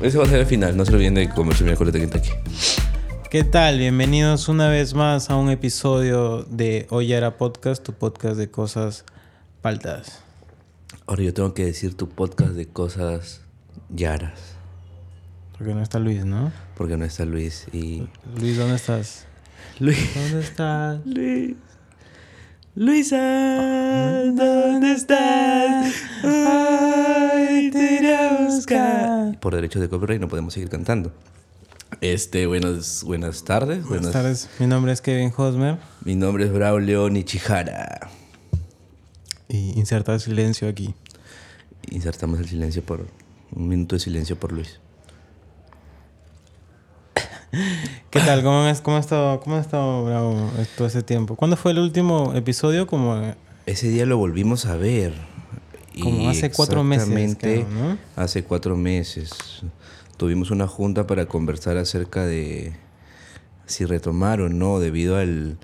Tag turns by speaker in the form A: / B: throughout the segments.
A: Ese va a ser el final. No se olviden de comerse miércoles de Kentucky.
B: ¿Qué tal? Bienvenidos una vez más a un episodio de Hoy Era Podcast, tu podcast de cosas paltas.
A: Ahora yo tengo que decir tu podcast de cosas yaras.
B: Porque no está Luis, ¿no?
A: Porque no está Luis y...
B: Luis, ¿dónde estás?
A: Luis.
B: ¿Dónde estás?
A: Luis. Luisa, ¿dónde estás? Ay, te iré a buscar. Por derechos de copyright no podemos seguir cantando. Este, buenas, buenas tardes.
B: Buenas tardes. Mi nombre es Kevin Hosmer.
A: Mi nombre es Braulio Nichihara.
B: Y inserta silencio aquí.
A: Insertamos el silencio por... Un minuto de silencio por Luis.
B: ¿Qué tal? ¿Cómo has, cómo has estado, cómo has estado bravo todo ese tiempo? ¿Cuándo fue el último episodio? Como, eh,
A: Ese día lo volvimos a ver. Y
B: Como hace cuatro meses,
A: exactamente
B: creo, ¿no?
A: Hace cuatro meses. Tuvimos una junta para conversar acerca de si retomar o no debido al...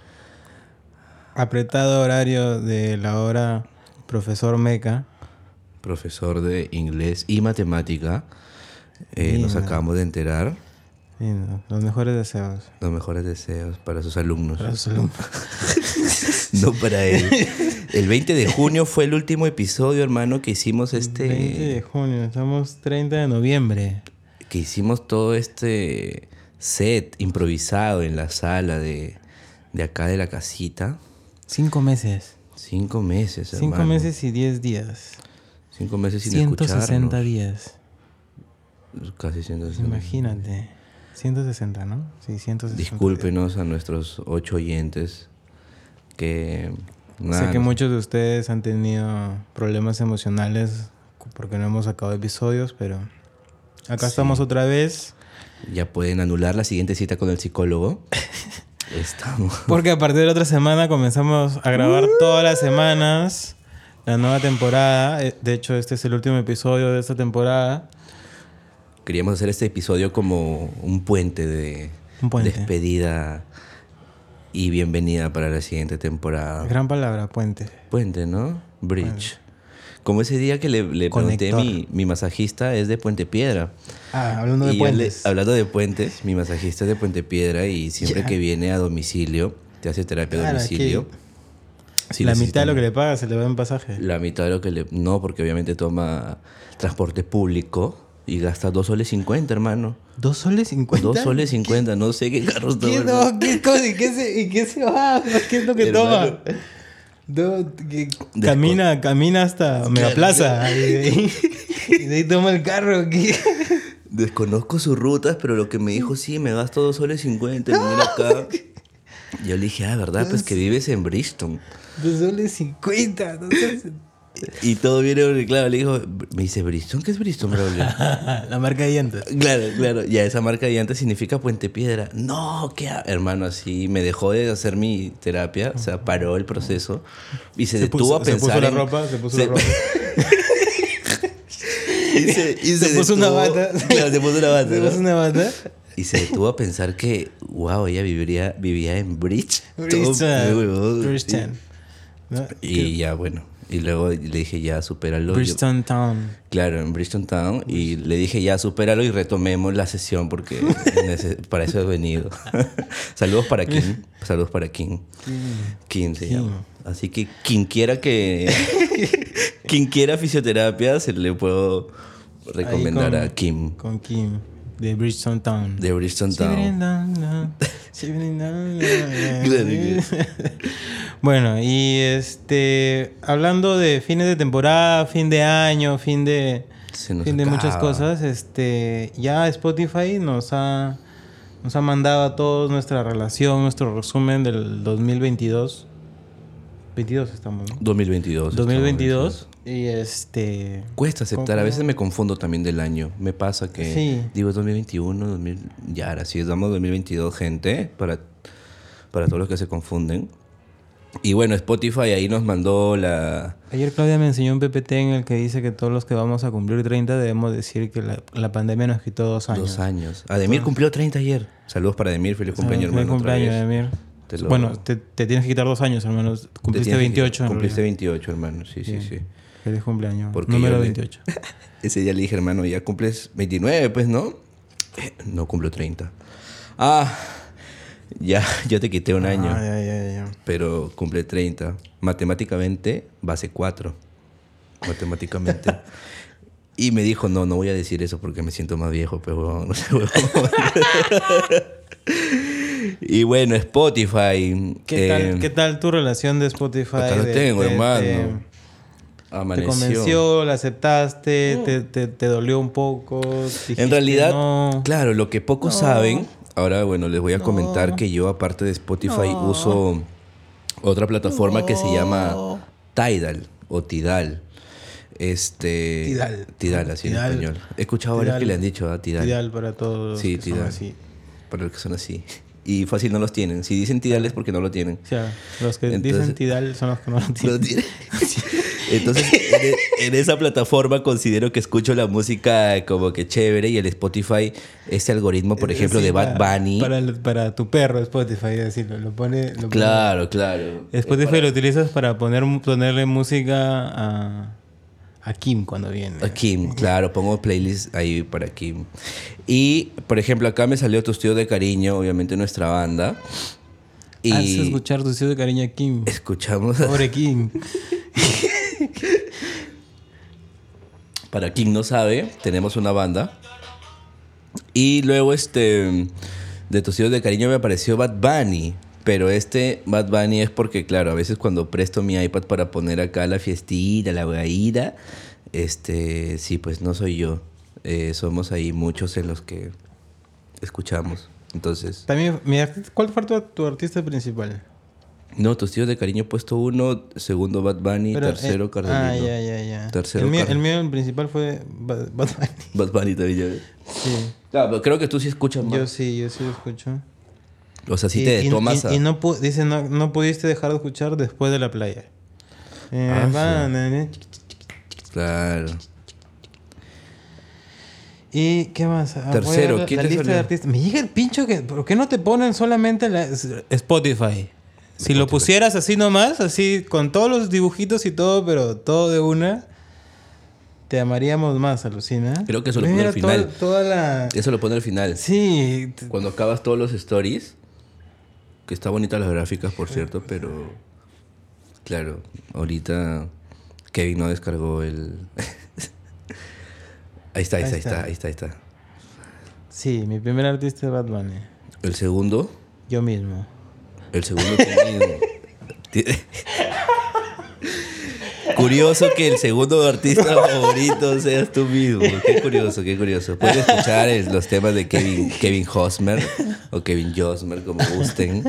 B: apretado horario de la hora profesor Meca.
A: profesor de inglés y matemática. Eh, nos
B: Mierda.
A: acabamos de enterar
B: Y no, los mejores deseos.
A: los mejores deseos para sus alumnos,
B: Para sus alumnos.
A: no para él. El 20 de junio fue el último episodio, hermano, que hicimos
B: 20
A: este,
B: de junio, estamos 30 de noviembre.
A: que hicimos todo este set improvisado en la sala de, de acá de la casita.
B: Cinco meses.
A: Cinco meses, hermano.
B: Cinco meses y 10 días.
A: Cinco meses sin
B: 160
A: escucharnos.
B: días.
A: Casi 160.
B: Imagínate. 160, ¿no? Sí, 160.
A: Discúlpenos a nuestros ocho oyentes que...
B: sé
A: nada,
B: que
A: nos-
B: muchos de ustedes han tenido problemas emocionales cu- porque no hemos sacado episodios, pero acá estamos otra vez.
A: Ya pueden anular la siguiente cita con el psicólogo. Estamos.
B: Porque a partir de la otra semana comenzamos a grabar todas las semanas la nueva temporada. Eh, De hecho, este es el último episodio de esta temporada.
A: Queríamos hacer este episodio como un puente de
B: Un puente.
A: despedida y bienvenida para la siguiente temporada.
B: Gran palabra, puente.
A: Puente, ¿no? Bridge. Como ese día que le, le pregunté a mi, mi masajista, es de Puente Piedra.
B: Ah, hablando de
A: Y yo le-
B: puentes.
A: hablando de puentes, mi masajista es de Puente Piedra y siempre que viene a domicilio, te hace terapia a
B: Claro,
A: domicilio.
B: aquí
A: Sí,
B: la
A: necesita
B: mitad de lo que le paga se le va en pasaje.
A: La mitad de lo que le... No, porque obviamente toma transporte público y gasta 2 soles 50, hermano.
B: ¿Dos soles cincuenta?
A: 2 soles 50, no sé qué carros
B: ¿Qué,
A: toma,
B: no? ¿Qué cosa? ¿Y qué se, y qué se va? ¿Qué es lo que
A: Hermano.
B: toma? No, que- camina, camina hasta Megaplaza. Y de, ahí, y de ahí toma el carro. ¿qué?
A: Desconozco sus rutas, pero lo que me dijo, sí, me gasto 2 soles 50, y mira acá. Yo le dije, ah, ¿verdad? Pues que vives en Bristol.
B: Dos soles cincuenta. dos soles-
A: Y todo viene, claro, le dijo, me dice, ¿Bristol? ¿Qué es Bristol, Braulio?
B: la marca de dientes.
A: Claro, claro. Ya esa marca de antes significa Puente Piedra. No, qué ha- hermano, así me dejó de hacer mi terapia, o sea, paró el proceso y se,
B: Se
A: detuvo
B: puso-
A: a
B: se
A: pensar.
B: puso la
A: en-
B: ropa, se puso la ropa.
A: y se, y
B: Se puso una bata.
A: Claro, se puso una bata.
B: ¿Te
A: ¿no?
B: vas a una bata?
A: Y se detuvo a pensar que, wow, ella viviría, vivía en Bridge.
B: Bristol. Bristol. ¿No?
A: Y ya, bueno. Y luego le dije, ya, supéralo. Yo-
B: Bristol Town.
A: Claro, en Bristol Town. Y le dije, ya, supéralo y retomemos la sesión porque nece- para eso he venido. Saludos para Kim. Saludos para Kim. Kim se llama. Así que quien quiera que... quien quiera fisioterapia, se le puedo recomendar
B: con-
A: a Kim
B: Con Kim. De Bristol Town.
A: de Bristol Town. Claro que-
B: Bueno, y este hablando de fines de temporada, fin de año, fin de
A: Se nos
B: fin de muchas
A: acaba.
B: cosas, este ya Spotify nos ha nos ha mandado a todos nuestra relación, nuestro resumen del 2022. 22 estamos, ¿no?
A: 2022.
B: 2022 y este
A: Cuesta aceptar, a veces me confundo también del año. Me pasa que
B: Sí.
A: digo es 2021, 2000, ya ahora sí, estamos 2022, gente, para, para todos los que se confunden. Y bueno, Spotify ahí nos mandó la...
B: Ayer Claudia me enseñó un PPT en el que dice que todos los que vamos a cumplir 30 debemos decir que la, la pandemia nos quitó dos años.
A: Dos años. Ademir cumplió 30 ayer. Saludos para Ademir, feliz cumpleaños,
B: Feliz
A: hermano. otra
B: cumpleaños,
A: vez.
B: Emir.
A: Te lo-
B: Bueno, te, te tienes que quitar dos años, hermano.
A: Te
B: Cumpliste
A: tienes que-
B: 28. en
A: Cumpliste
B: realidad.
A: 28, hermano, sí, sí, sí.
B: Feliz cumpleaños.
A: Porque
B: Número
A: yo le-
B: 28.
A: Ese día le dije, hermano, ya cumples 29, pues, ¿no? Eh, No cumplo 30. Ah, ya, yo te quité un año,
B: Ah, ya, ya, ya.
A: pero cumple 30. Matemáticamente, base 4. Matemáticamente. y me dijo, no, no voy a decir eso porque me siento más viejo, pero no sé, huevón". Y bueno, Spotify.
B: ¿Qué,
A: eh,
B: tal, ¿Qué tal tu relación de Spotify?
A: acá lo
B: De-
A: tengo,
B: de-
A: hermano.
B: Te,
A: amaneció.
B: convenció, la aceptaste, te, te- te dolió un poco. dijiste
A: En realidad,
B: no.
A: claro, lo que pocos saben, ahora bueno, les voy a comentar que yo aparte de Spotify uso otra plataforma que se llama Tidal o Tidal. Este
B: Tidal.
A: Tidal así
B: Tidal.
A: en español. He escuchado varios
B: Tidal.
A: que le han dicho a Tidal,
B: Ideal para todos.
A: Sí,
B: Sí, que son
A: ideal.
B: así.
A: para los que son así. Y fácil no los tienen. Si dicen Tidal es porque no lo tienen.
B: O sea, los que
A: Entonces-
B: dicen Tidal son los que no lo
A: Lo
B: tienen.
A: tiene. Entonces, en, e- en esa plataforma considero que escucho la música como que chévere y el Spotify, este algoritmo, por ejemplo,
B: Sí,
A: de Bad
B: para-
A: Bunny.
B: Para, el- para tu perro, Spotify, decirlo. Lo pone. Lo
A: Claro, claro.
B: pone- Spotify lo utilizas para poner, ponerle música a, a Kim cuando viene.
A: A Ah, Kim, claro, pongo playlist ahí para Kim. Y, por ejemplo, acá me salió Tus Tíos de Cariño, obviamente nuestra banda. Y
B: Haz escuchar tu cielo de cariño a Kim.
A: escuchamos a-
B: Pobre Kim.
A: Para quien no sabe, tenemos una banda. Y luego este de tus hijos de cariño me apareció Bad Bunny. Pero este Bad Bunny es porque, claro, a veces cuando presto mi iPad para poner acá la fiestita, la hueída, este, sí, pues no soy yo. Eh, somos ahí muchos en los que escuchamos. Entonces,
B: También, mi art- ¿cuál fue tu, tu artista principal?
A: no, tus tíos de cariño puesto uno, segundo Bad Bunny,
B: Pero, eh,
A: tercero Cardenito.
B: Ah, ya, ya, ya.
A: Tercero
B: el, mío, el
A: Cardenito.
B: mío, el principal fue Bad, Bad Bunny.
A: Bad Bunny también ya ves.
B: Sí.
A: Claro, pero creo que tú sí escuchas
B: Yo
A: más.
B: sí, yo sí lo escucho.
A: o sea, sí
B: Y-
A: te
B: y,
A: tomas
B: y-
A: a-
B: y no pu- dice, no, no pudiste dejar de escuchar después de la playa. Eh,
A: Ah, sí.
B: banana,
A: Claro.
B: ¿Y qué más? Ah, voy a
A: Tercero,
B: ver la-
A: ¿quién
B: la
A: te
B: lista de
A: salió?
B: artistas. Me llega el pincho que. ¿Por qué no te ponen solamente la, Spotify? Si lo pusieras así nomás, así con todos los dibujitos y todo, pero todo de una, te amaríamos más, alucina.
A: Creo que eso lo pone al
B: Mira, toda-
A: final.
B: Toda, la.
A: Eso lo pone al final.
B: Sí. t-
A: Cuando acabas todos los stories, que está bonita las gráficas, por cierto, pero claro, ahorita Kevin no descargó el. ahí está, ahí está, ahí está, ahí está, ahí está.
B: Sí, mi primer artista es Bad Bunny.
A: El segundo,
B: Yo mismo.
A: el segundo tiene- tiene- Curioso que el segundo artista favorito seas tú mismo. Qué curioso, qué curioso. Pueden escuchar el- los temas de Kevin, Kevin Hosmer o Kevin Josmer, como gusten.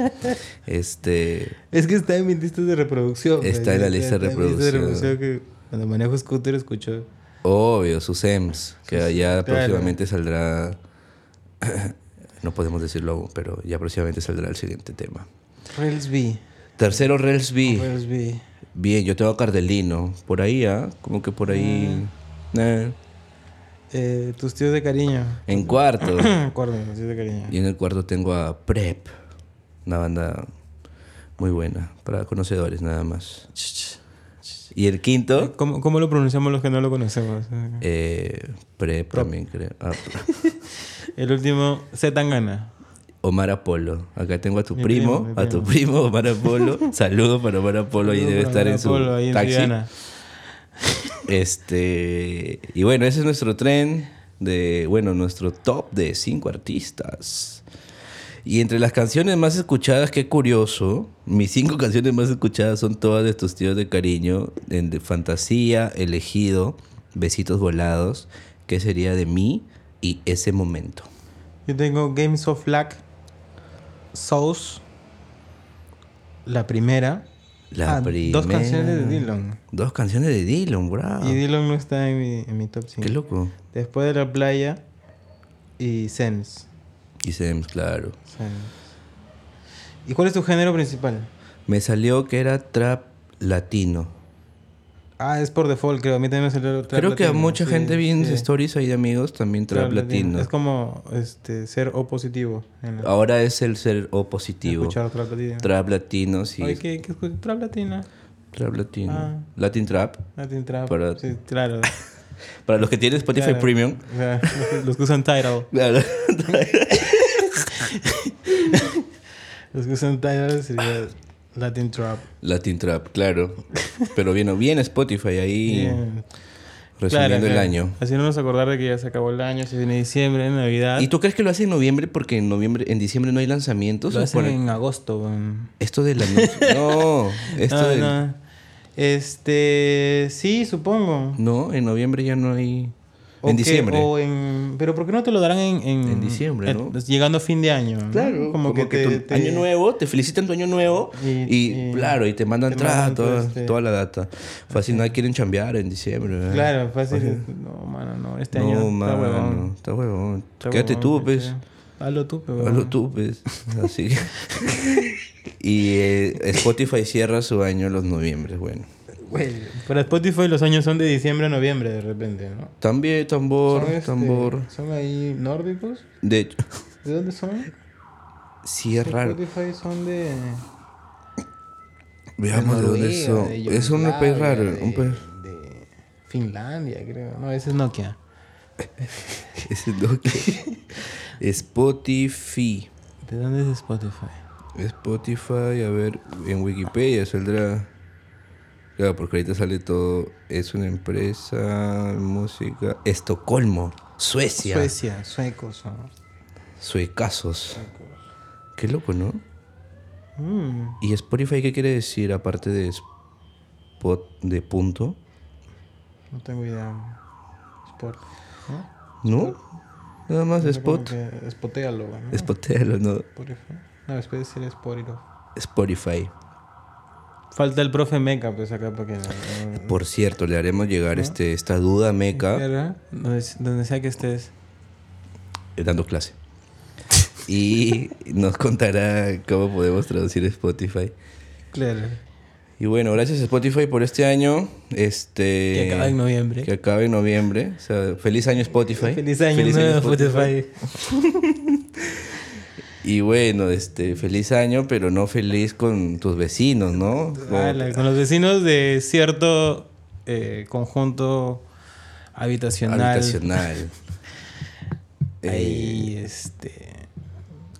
A: Este,
B: Es que está en mi lista de reproducción. pues.
A: Está en la lista de
B: está en mi lista de
A: reproducción.
B: reproducción que cuando manejo scooter escucho.
A: Obvio, sus EMS, que ya
B: claro.
A: próximamente saldrá. No podemos decirlo aún, pero ya próximamente saldrá el siguiente tema.
B: Rails B.
A: Tercero, Rels B.
B: Rails B.
A: Bien, yo tengo a Cardelino. Por ahí, ¿ah? Como que por ahí.
B: Ah.
A: Eh.
B: Eh, tus tíos de cariño.
A: En cuarto.
B: Acuérdame, tus tíos de cariño.
A: Y en el cuarto tengo a Prep. Una banda muy buena. Para conocedores, nada más. Y el quinto.
B: ¿Cómo, cómo lo pronunciamos los que no lo conocemos?
A: eh, Prep también, creo. Ah,
B: El último, Z Tangana.
A: Omar Apolo. Acá tengo a tu
B: Mi
A: primo,
B: primo, mi
A: a tu primo Omar Apolo. Saludos para Omar Apolo, ahí debe estar en su
B: Apolo, ahí en
A: taxi.
B: Triana.
A: Este, y bueno, ese es nuestro tren de, bueno, nuestro top de cinco artistas. Y entre las canciones más escuchadas, qué curioso, mis cinco canciones más escuchadas son todas de tus tíos de cariño, en de Fantasía, Elegido, Besitos Volados, que sería de mí y ese momento.
B: Yo tengo Games of Luck, Souls, la primera.
A: La
B: Ah,
A: primera.
B: Dos canciones de Dylan.
A: Dos canciones de Dylan, bravo.
B: Y Dylan no está en mi, en mi top 5.
A: Qué loco.
B: Después de la playa y Sense.
A: Y Sems, claro.
B: Sense. ¿Y cuál es tu género principal?
A: Me salió que era trap latino.
B: Ah, es por default, creo. A mí también me salió trap
A: Creo que a
B: latino,
A: mucha
B: sí,
A: gente vi en
B: sí.
A: stories ahí de amigos también trap, latino.
B: Es como este, ser O positivo. En la-
A: Ahora es el ser O Ah, positivo.
B: escuchar trap latino.
A: Trap latino, sí.
B: Ay, ¿qué, qué escu- trap latino.
A: Trap Latin.
B: Ah.
A: Latin Trap.
B: Latin Trap.
A: Para-
B: Sí, claro.
A: Para los que tienen Spotify
B: Claro.
A: Premium.
B: O sea, los que usan Tidal.
A: Claro.
B: Los que usan Tidal sería Latin Trap.
A: Latin Trap, claro. Pero vino bien Spotify ahí
B: Bien.
A: resumiendo
B: Claro,
A: el
B: claro.
A: año.
B: Haciéndonos acordar de que ya se acabó el año, se viene diciembre, Navidad.
A: ¿Y tú crees que lo hace en noviembre porque en noviembre, en diciembre no hay lanzamientos?
B: Lo
A: ¿O
B: hacen
A: por-
B: en agosto. weón.
A: Esto del anuncio. No, esto
B: No,
A: del- no.
B: no. Este, sí, supongo.
A: en noviembre ya no hay.
B: O
A: en
B: que-
A: diciembre.
B: o en- pero ¿por qué no te lo darán en, en,
A: En diciembre, ¿no?
B: en- llegando a fin de año. ¿no?
A: Claro, como, que,
B: te-
A: tu
B: te-
A: año nuevo, te felicitan tu año nuevo
B: Y-
A: y,
B: y-
A: claro, y te mandan
B: te
A: atrás
B: mandan todo
A: toda,
B: este-
A: toda la data. Fácil, no quieren chambear en diciembre. ¿verdad?
B: Claro, fácil. No, mano, no. Este
A: no,
B: año está
A: mano,
B: huevón.
A: está huevón.
B: Está
A: Quédate
B: huevón,
A: tú,
B: pues,
A: pez.
B: sí. Hazlo tú, pues,
A: Hazlo
B: huevón.
A: tú, pues. Así que- y eh, Spotify cierra su año los noviembre, bueno.
B: Güey, Para Spotify los años son de diciembre a noviembre de repente, ¿no?
A: También tambor,
B: Son, este,
A: tambor.
B: ¿Son ahí nórdicos?
A: De hecho,
B: ¿De dónde son?
A: sí es raro.
B: Spotify son de...
A: Veamos de dónde
B: Noruega,
A: son.
B: de
A: Es un país
B: Yugoslavia,
A: raro.
B: de-
A: Un país.
B: de Finlandia, creo. No, ese es Nokia.
A: Es el doble. Spotify.
B: ¿De dónde es Spotify?
A: Spotify, a ver, en Wikipedia saldrá. Claro, porque ahorita sale todo. Es una empresa, música. Estocolmo, Suecia.
B: Suecia, suecos. ¿no?
A: Suecazos. Qué loco, ¿no?
B: Mm,
A: ¿Y Spotify qué quiere decir aparte de spot de punto?
B: No tengo idea. Sport. ¿no?
A: ¿No? Nada más
B: O sea, como
A: spot.
B: que Spotealo, ¿no?
A: Spotéalo, no.
B: Spotify. No, después de decir Spotify.
A: Spotify.
B: Falta el profe Meca, pues acá para que. no- no-
A: Por cierto, le haremos llegar este, esta duda a meca
B: Claro, Donde, donde sea que estés.
A: eh, dando clase. Y nos contará cómo podemos traducir Spotify.
B: Claro.
A: Eh, Y bueno, gracias a Spotify por este año. Este,
B: que acaba en noviembre.
A: Que acabe en noviembre. O sea, feliz año Spotify.
B: Feliz año nuevo, Spotify.
A: Y bueno, este, feliz año, pero no feliz con tus vecinos,
B: Ah,
A: ¿no? Como-
B: Ala, con los vecinos de cierto eh, conjunto habitacional.
A: habitacional. Eh,
B: Ahí, este.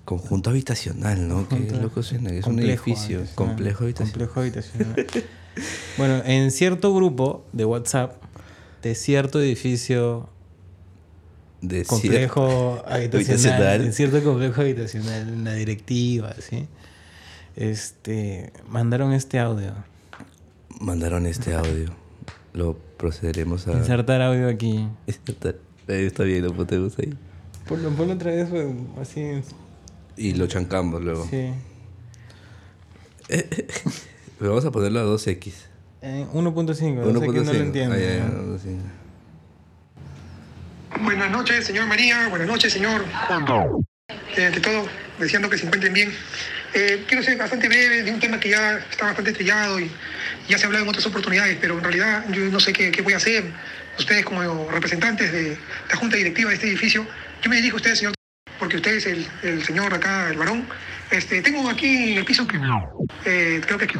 A: conjunto habitacional, ¿no? Qué
B: Conjunto-
A: loco suena. Es un
B: complejo
A: edificio.
B: habitacional.
A: Complejo habitacional.
B: Complejo habitacional. bueno, en cierto grupo de WhatsApp de cierto edificio
A: de cier-
B: complejo habitacional,
A: Habitacional.
B: en cierto complejo habitacional, en la directiva, ¿sí? Este, mandaron este audio.
A: Mandaron este audio. Lo procederemos a.
B: Insertar audio aquí.
A: insertar. Ahí está bien, lo ponemos ahí.
B: Ponlo, ponlo otra vez, pues, así.
A: Y lo chancamos luego.
B: Sí.
A: Pero vamos a ponerlo a 2X.
B: En 1.5, no sé
A: 1.5.
B: que no lo entiendo.
A: Ah, ya, ya,
B: ¿no?
A: 1.5.
C: Buenas noches, señor María. Buenas noches, señor. Eh, ante todo, deseando que se encuentren bien. Eh, quiero ser bastante breve de un tema que ya está bastante estrellado y ya se ha hablado en otras oportunidades, pero en realidad yo no sé qué, qué voy a hacer. Ustedes como representantes de la junta directiva de este edificio, yo me dirijo a ustedes, señor, porque usted es el, el señor acá, el varón. Este, tengo aquí en el piso que eh, creo que aquí.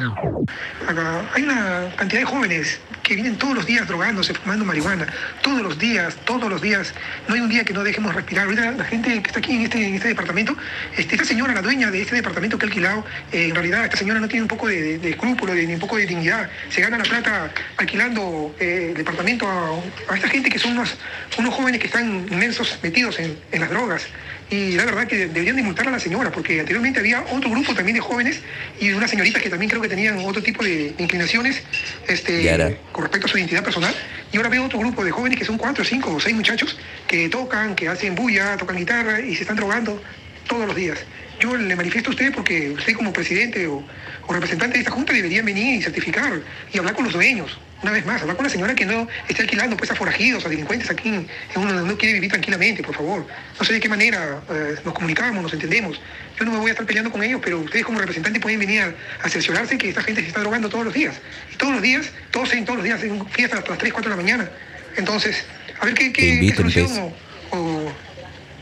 C: Acá hay una cantidad de jóvenes que vienen todos los días drogándose, fumando marihuana. Todos los días, todos los días. No hay un día que no dejemos respirar. Ahorita la gente que está aquí en este, en este departamento, este, esta señora, la dueña de este departamento que ha alquilado, eh, en realidad esta señora no tiene un poco de, de- de escrúpulo, de- ni un poco de dignidad. Se gana la plata alquilando eh, el departamento a, a esta gente que son unos, unos jóvenes que están inmensos metidos en, en las drogas. Y la verdad que deberían de multar a la señora, porque anteriormente había otro grupo también de jóvenes y de unas señoritas que también creo que tenían otro tipo de inclinaciones este,
A: Yara.
C: con respecto a su identidad personal. Y ahora veo otro grupo de jóvenes que son cuatro, cinco o seis muchachos que tocan, que hacen bulla, tocan guitarra y se están drogando todos los días. Yo le manifiesto a usted porque usted como presidente o, o representante de esta junta debería venir y certificar y hablar con los dueños. Una vez más, hablar con la señora que no esté alquilando pues a forajidos, a delincuentes aquí, en en uno no quiere vivir tranquilamente, por favor. No sé de qué manera eh, nos comunicamos, nos entendemos. Yo no me voy a estar peleando con ellos, pero ustedes como representantes pueden venir a, a cerciorarse que esta gente se está drogando todos los días. Y todos los días, todos en todos los días, en fiestas hasta las 3, 4 de la mañana. Entonces, a ver qué, qué,
A: Te
C: qué
A: invito,
C: solución
A: pues.
C: o, o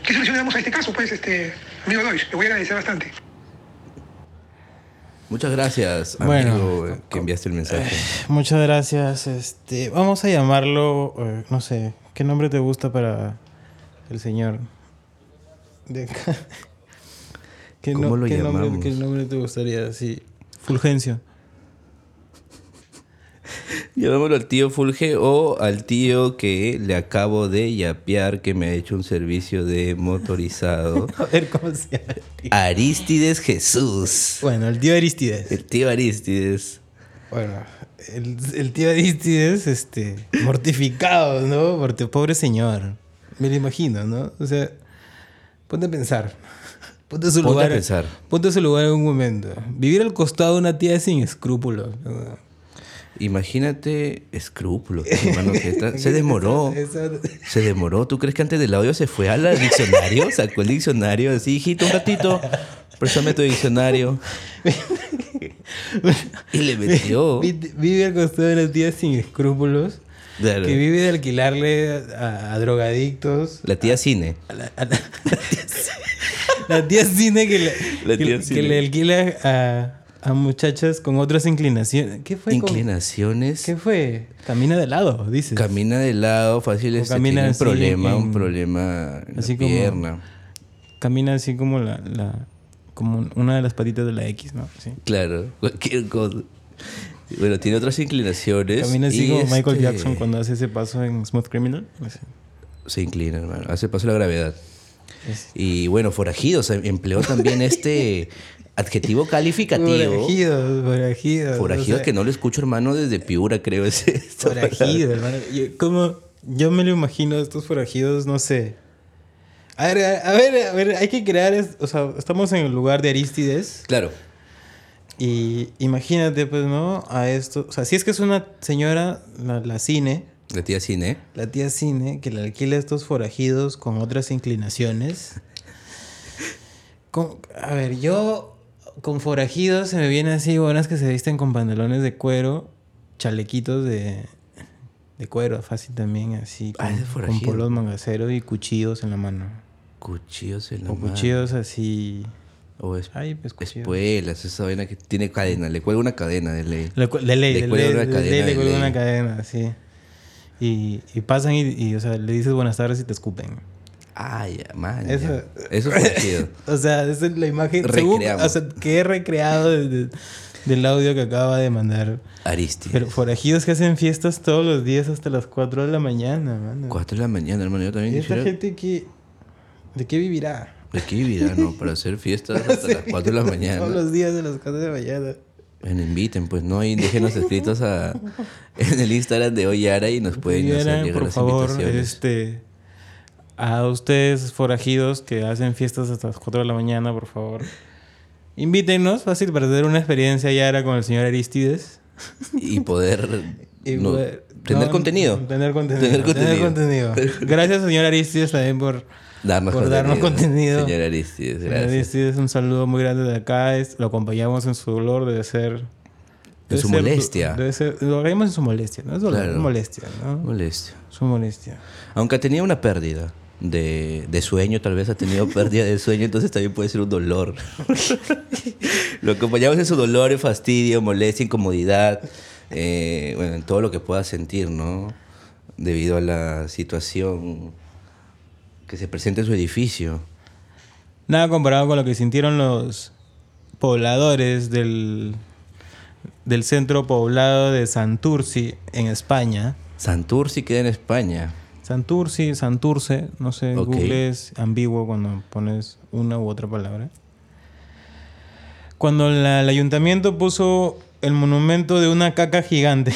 C: qué solución le damos a este caso, pues, este, amigo Deutsch. Le voy a agradecer bastante.
A: Muchas gracias,
B: Bueno. Eh.
A: amigo, eh, que enviaste el mensaje.
B: Muchas gracias. Este, vamos a llamarlo, eh, no sé, ¿qué nombre te gusta para el señor? De acá. ¿Qué,
A: ¿Cómo lo
B: qué nombre,
A: llamamos?
B: qué nombre te gustaría? Sí. Fulgencio.
A: Llamémoslo al tío Fulge o al tío que le acabo de yapear que me ha hecho un servicio de motorizado.
B: A ver cómo se llama.
A: Aristides Jesús.
B: Bueno, el tío Aristides.
A: El tío Aristides.
B: Bueno, el, el tío Aristides, este, mortificado, ¿no? Por tu pobre señor. Me lo imagino, ¿no? O sea, ponte a pensar. Ponte a su
A: Ponte a
B: lugar.
A: pensar.
B: Ponte a su lugar en un momento. Vivir al costado de una tía sin escrúpulos. ¿no?
A: Imagínate escrúpulos, hermano, que está- se demoró.
B: Esa-
A: Se demoró. ¿Tú crees que antes del audio se fue al diccionario? Sacó el diccionario así, hijito, un ratito. Préstame tu diccionario. Y le metió.
B: Vi- Vive al costado de una tía sin escrúpulos.
A: Claro.
B: Que vive de alquilarle a, a drogadictos.
A: La tía cine.
B: a la, a la- la tía, la tía cine que le,
A: La
B: que-
A: tía
B: que
A: cine.
B: le alquila a, a muchachas con otras inclinaciones. ¿Qué fue? con-
A: Inclinaciones.
B: ¿Qué fue? Camina de lado, dices.
A: Camina de lado, fácil. Este,
B: camina
A: tiene un
B: así
A: problema,
B: en-
A: un problema en
B: así
A: la
B: como-
A: pierna.
B: Camina así como la, la- como una de las patitas de la X, ¿no? Sí.
A: Claro, cualquier cosa. Bueno, tiene otras inclinaciones.
B: Camina así
A: y,
B: como Michael
A: este,
B: Jackson cuando hace ese paso en Smooth Criminal. Así.
A: Se inclina, hermano. Hace paso a la gravedad.
B: Así.
A: Y bueno, forajidos. em- Empleó también este adjetivo calificativo.
B: Forajidos, forajidos.
A: Forajido
B: o sea,
A: que no lo escucho, hermano, desde Piura, creo. Es esta palabra.
B: Forajido, hermano. Yo, como, yo me lo imagino estos forajidos, no sé. A ver, a a ver, a ver, hay que crear, es- o sea, estamos en el lugar de Aristides
A: Claro.
B: y imagínate, pues, ¿no? A esto, o sea, si es que es una señora, la, la cine,
A: La tía Cine.
B: la tía cine, que le alquila a estos forajidos con otras inclinaciones. Con- a ver, yo con forajidos se me viene así, buenas que se visten con pantalones de cuero, chalequitos de, de cuero, fácil también, así, con,
A: Ah, ese es
B: con
A: forajido.
B: polos mangaceros y cuchillos en la mano.
A: Cuchillos en la
B: O
A: mano.
B: cuchillos así.
A: O es-
B: Ay, pues cuchillos.
A: espuelas, esa vaina que tiene cadena. Le cuelga una cadena de ley.
B: Le cu- De ley,
A: Le
B: de
A: cuelga
B: ley,
A: una
B: de
A: cadena,
B: ley,
A: de
B: le cuelga una
A: ley.
B: cadena, sí. Y, y pasan y, y, o sea, le dices buenas tardes y te escupen.
A: Ay, man. ya.
B: Eso-
A: Eso, es forajido.
B: O sea, esa es la imagen según-
A: Recreamos.
B: o sea, que he recreado de- de- del audio que acaba de mandar.
A: Aristides.
B: Pero forajidos que hacen fiestas todos los días hasta las 4 de la mañana, mano.
A: 4 de la mañana, hermano. Yo también
B: ¿Y esta
A: quisiera.
B: gente que, de qué vivirá?
A: ¿De qué vivirá, no? Para hacer fiestas hasta las 4 de la mañana.
B: Todos los días de las 4 de la mañana.
A: Bueno, inviten, pues, ¿no? Y déjenos escritos a, en el Instagram de Oyara y nos pueden hacer
B: Vivirán,
A: llegar
B: por
A: las
B: favor,
A: invitaciones.
B: este, a ustedes forajidos que hacen fiestas hasta las 4 de la mañana, por favor. Invítenos, fácil para tener una experiencia ya era con el señor Aristides.
A: Y poder
B: este, Y
A: no,
B: poder-
A: tener
B: no,
A: contenido.
B: Tener contenido. Tener
A: Tener
B: contenido.
A: contenido.
B: Gracias, señor Aristides, también por.
A: Darnos
B: por darnos contenido.
A: Señor Aristides,
B: señor
A: gracias.
B: Aristides, un saludo muy grande de acá. Es- lo acompañamos en su dolor, debe ser. debe
A: su
B: ser-
A: molestia.
B: debe ser- lo acompañamos en su molestia, ¿no? Es dolor,
A: Claro.
B: es molestia, ¿no?
A: Molestia.
B: Su molestia.
A: Aunque ha tenido una pérdida de, de sueño, tal vez ha tenido pérdida de sueño, entonces también puede ser un dolor. lo pues, acompañamos en su dolor, en fastidio, molestia, incomodidad, eh, bueno, en todo lo que pueda sentir, ¿no? Debido a la situación que se presenta en su edificio.
B: Nada comparado con lo que sintieron los pobladores del, del centro poblado de Santurci, en España.
A: Santurce queda en España.
B: Santurce, Santurce, no sé,
A: Ok.
B: Google es ambiguo cuando pones una u otra palabra. Cuando la- el ayuntamiento puso el monumento de una caca gigante.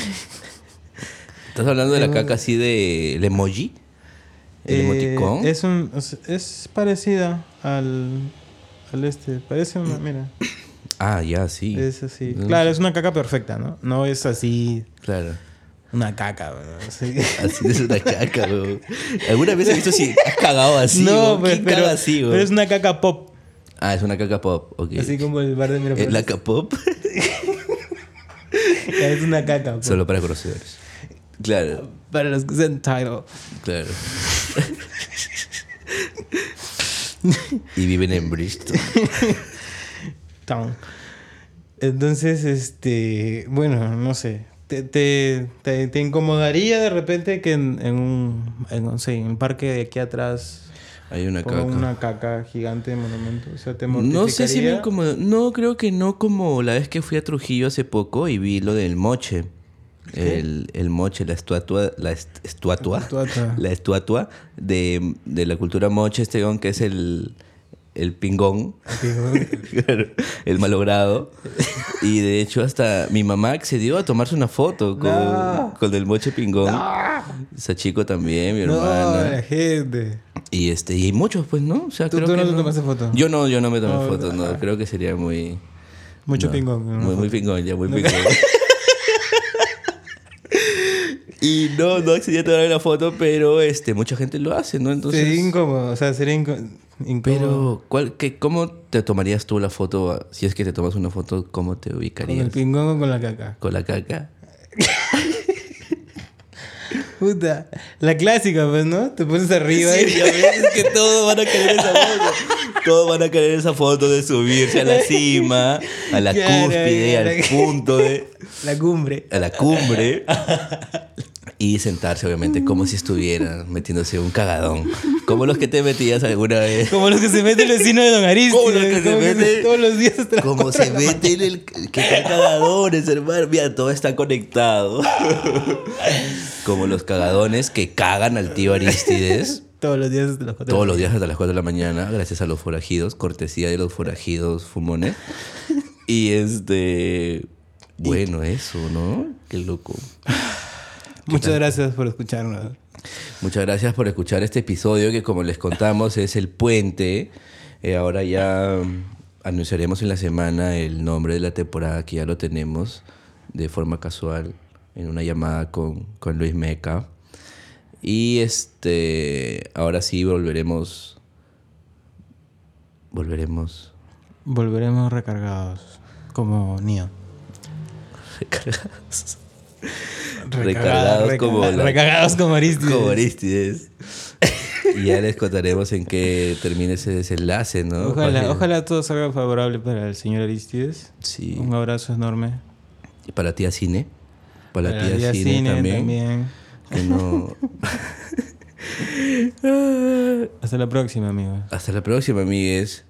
A: ¿Estás hablando de la caca así de el emoji? ¿El
B: eh,
A: emoticón?
B: Es, un, es, es parecida al, al este. Parece una, mira,
A: Ah, ya, sí.
B: es así.
A: Mm,
B: Claro, es una caca perfecta, ¿no? No es así
A: Claro.
B: una caca. ¿no? Sí.
A: Así es una caca, weón. ¿Alguna vez has visto si has cagado así?
B: no,
A: weón?
B: pues,
A: ¿Quién
B: pero,
A: caga así, weón?
B: pero es una caca pop.
A: Ah, es una caca pop, ok.
B: Así como el bar de
A: ¿Es la
B: Miraflores.
A: caca pop?
B: Es una caca. pop.
A: Solo para conocedores. Claro,
B: Para los que sean title.
A: claro. y viven en Bristol.
B: Town. Entonces, este, bueno, no sé. ¿Te, te, te, te incomodaría de repente que en, en un, en, no sé, en un parque de aquí atrás
A: Hay una
B: ponga
A: caca.
B: una caca gigante de monumento? O sea, ¿te
A: No sé si me
B: mortificaría?
A: incomoda. No, creo que no como la vez que fui a Trujillo hace poco y vi lo del moche. El, el moche, la estatua, la est- estatua,
B: Estatua.
A: la estatua de, de la cultura moche, este weón que es el, el pingón, Claro, el malogrado. y de hecho hasta mi mamá accedió a tomarse una foto con,
B: No.
A: con el moche pingón. Sachico también, mi
B: No,
A: hermana.
B: la gente.
A: Y este, y hay muchos, pues, ¿no? O sea,
B: ¿Tú-
A: creo
B: tú
A: que
B: no te tomaste foto?
A: Yo no, yo no me tomé
B: No,
A: foto, no. Creo que sería muy.
B: Mucho
A: no.
B: pingón. ¿no?
A: Muy, muy pingón, ya, muy pingón. y no, no accedí a tomar la foto, pero este, mucha gente lo hace, ¿no? Entonces.
B: Sería incómodo, o sea, sería inco- incómodo.
A: Pero, ¿cuál, qué, ¿cómo te tomarías tú la foto? ah, Si es que te tomas una foto, ¿cómo te
B: ¿Con el
A: ubicarías?
B: pingón o con la caca?
A: ¿Con la caca?
B: Puta, la clásica, pues, ¿no? Te pones arriba y...
A: Sí, ¿eh? ya ves, es que todos van a querer esa foto. Todos van a querer esa foto de subirse a la cima, a la
B: Claro,
A: cúspide,
B: claro.
A: al punto de.
B: La cumbre.
A: a la cumbre y sentarse, obviamente, como si estuviera metiéndose un cagadón. Como los que te metías alguna vez.
B: Como los que se mete el vecino de Don Aristides.
A: Como los que se
B: como
A: mete-
B: Todos los días hasta las
A: Como
B: cuatro
A: se
B: de la
A: mete en el. Que son cagadones, hermano. Mira, todo está conectado. Como los cagadones que cagan al tío Aristides.
B: mañana. Todos los días hasta las cuatro de
A: Todos los días hasta las 4 de la mañana, gracias a los forajidos, cortesía de los forajidos fumones. Y este. Bueno, eso, ¿no? Qué loco.
B: la Muchas gracias por escucharnos.
A: Muchas gracias por escuchar este episodio que como les contamos es el puente. Eh, ahora ya mm, anunciaremos en la semana el nombre de la temporada que ya lo tenemos de forma casual en una llamada con, con Luis Meca. Y este ahora sí volveremos. Volveremos.
B: Volveremos recargados. Como Neo.
A: Recargados.
B: Recargados,
A: Recargados
B: reca-
A: como la-
B: Recargados como Aristides.
A: Como Aristides. Y ya les contaremos en qué termina ese desenlace, ¿no?
B: Ojalá,
A: Página.
B: ojalá todo salga favorable para el señor Aristides.
A: Sí.
B: Un abrazo enorme.
A: Y para la tía Cine. Para la
B: Para
A: tía, Cine, también.
B: también.
A: Que no...
B: Hasta la próxima, amigos.
A: Hasta la próxima, amigues.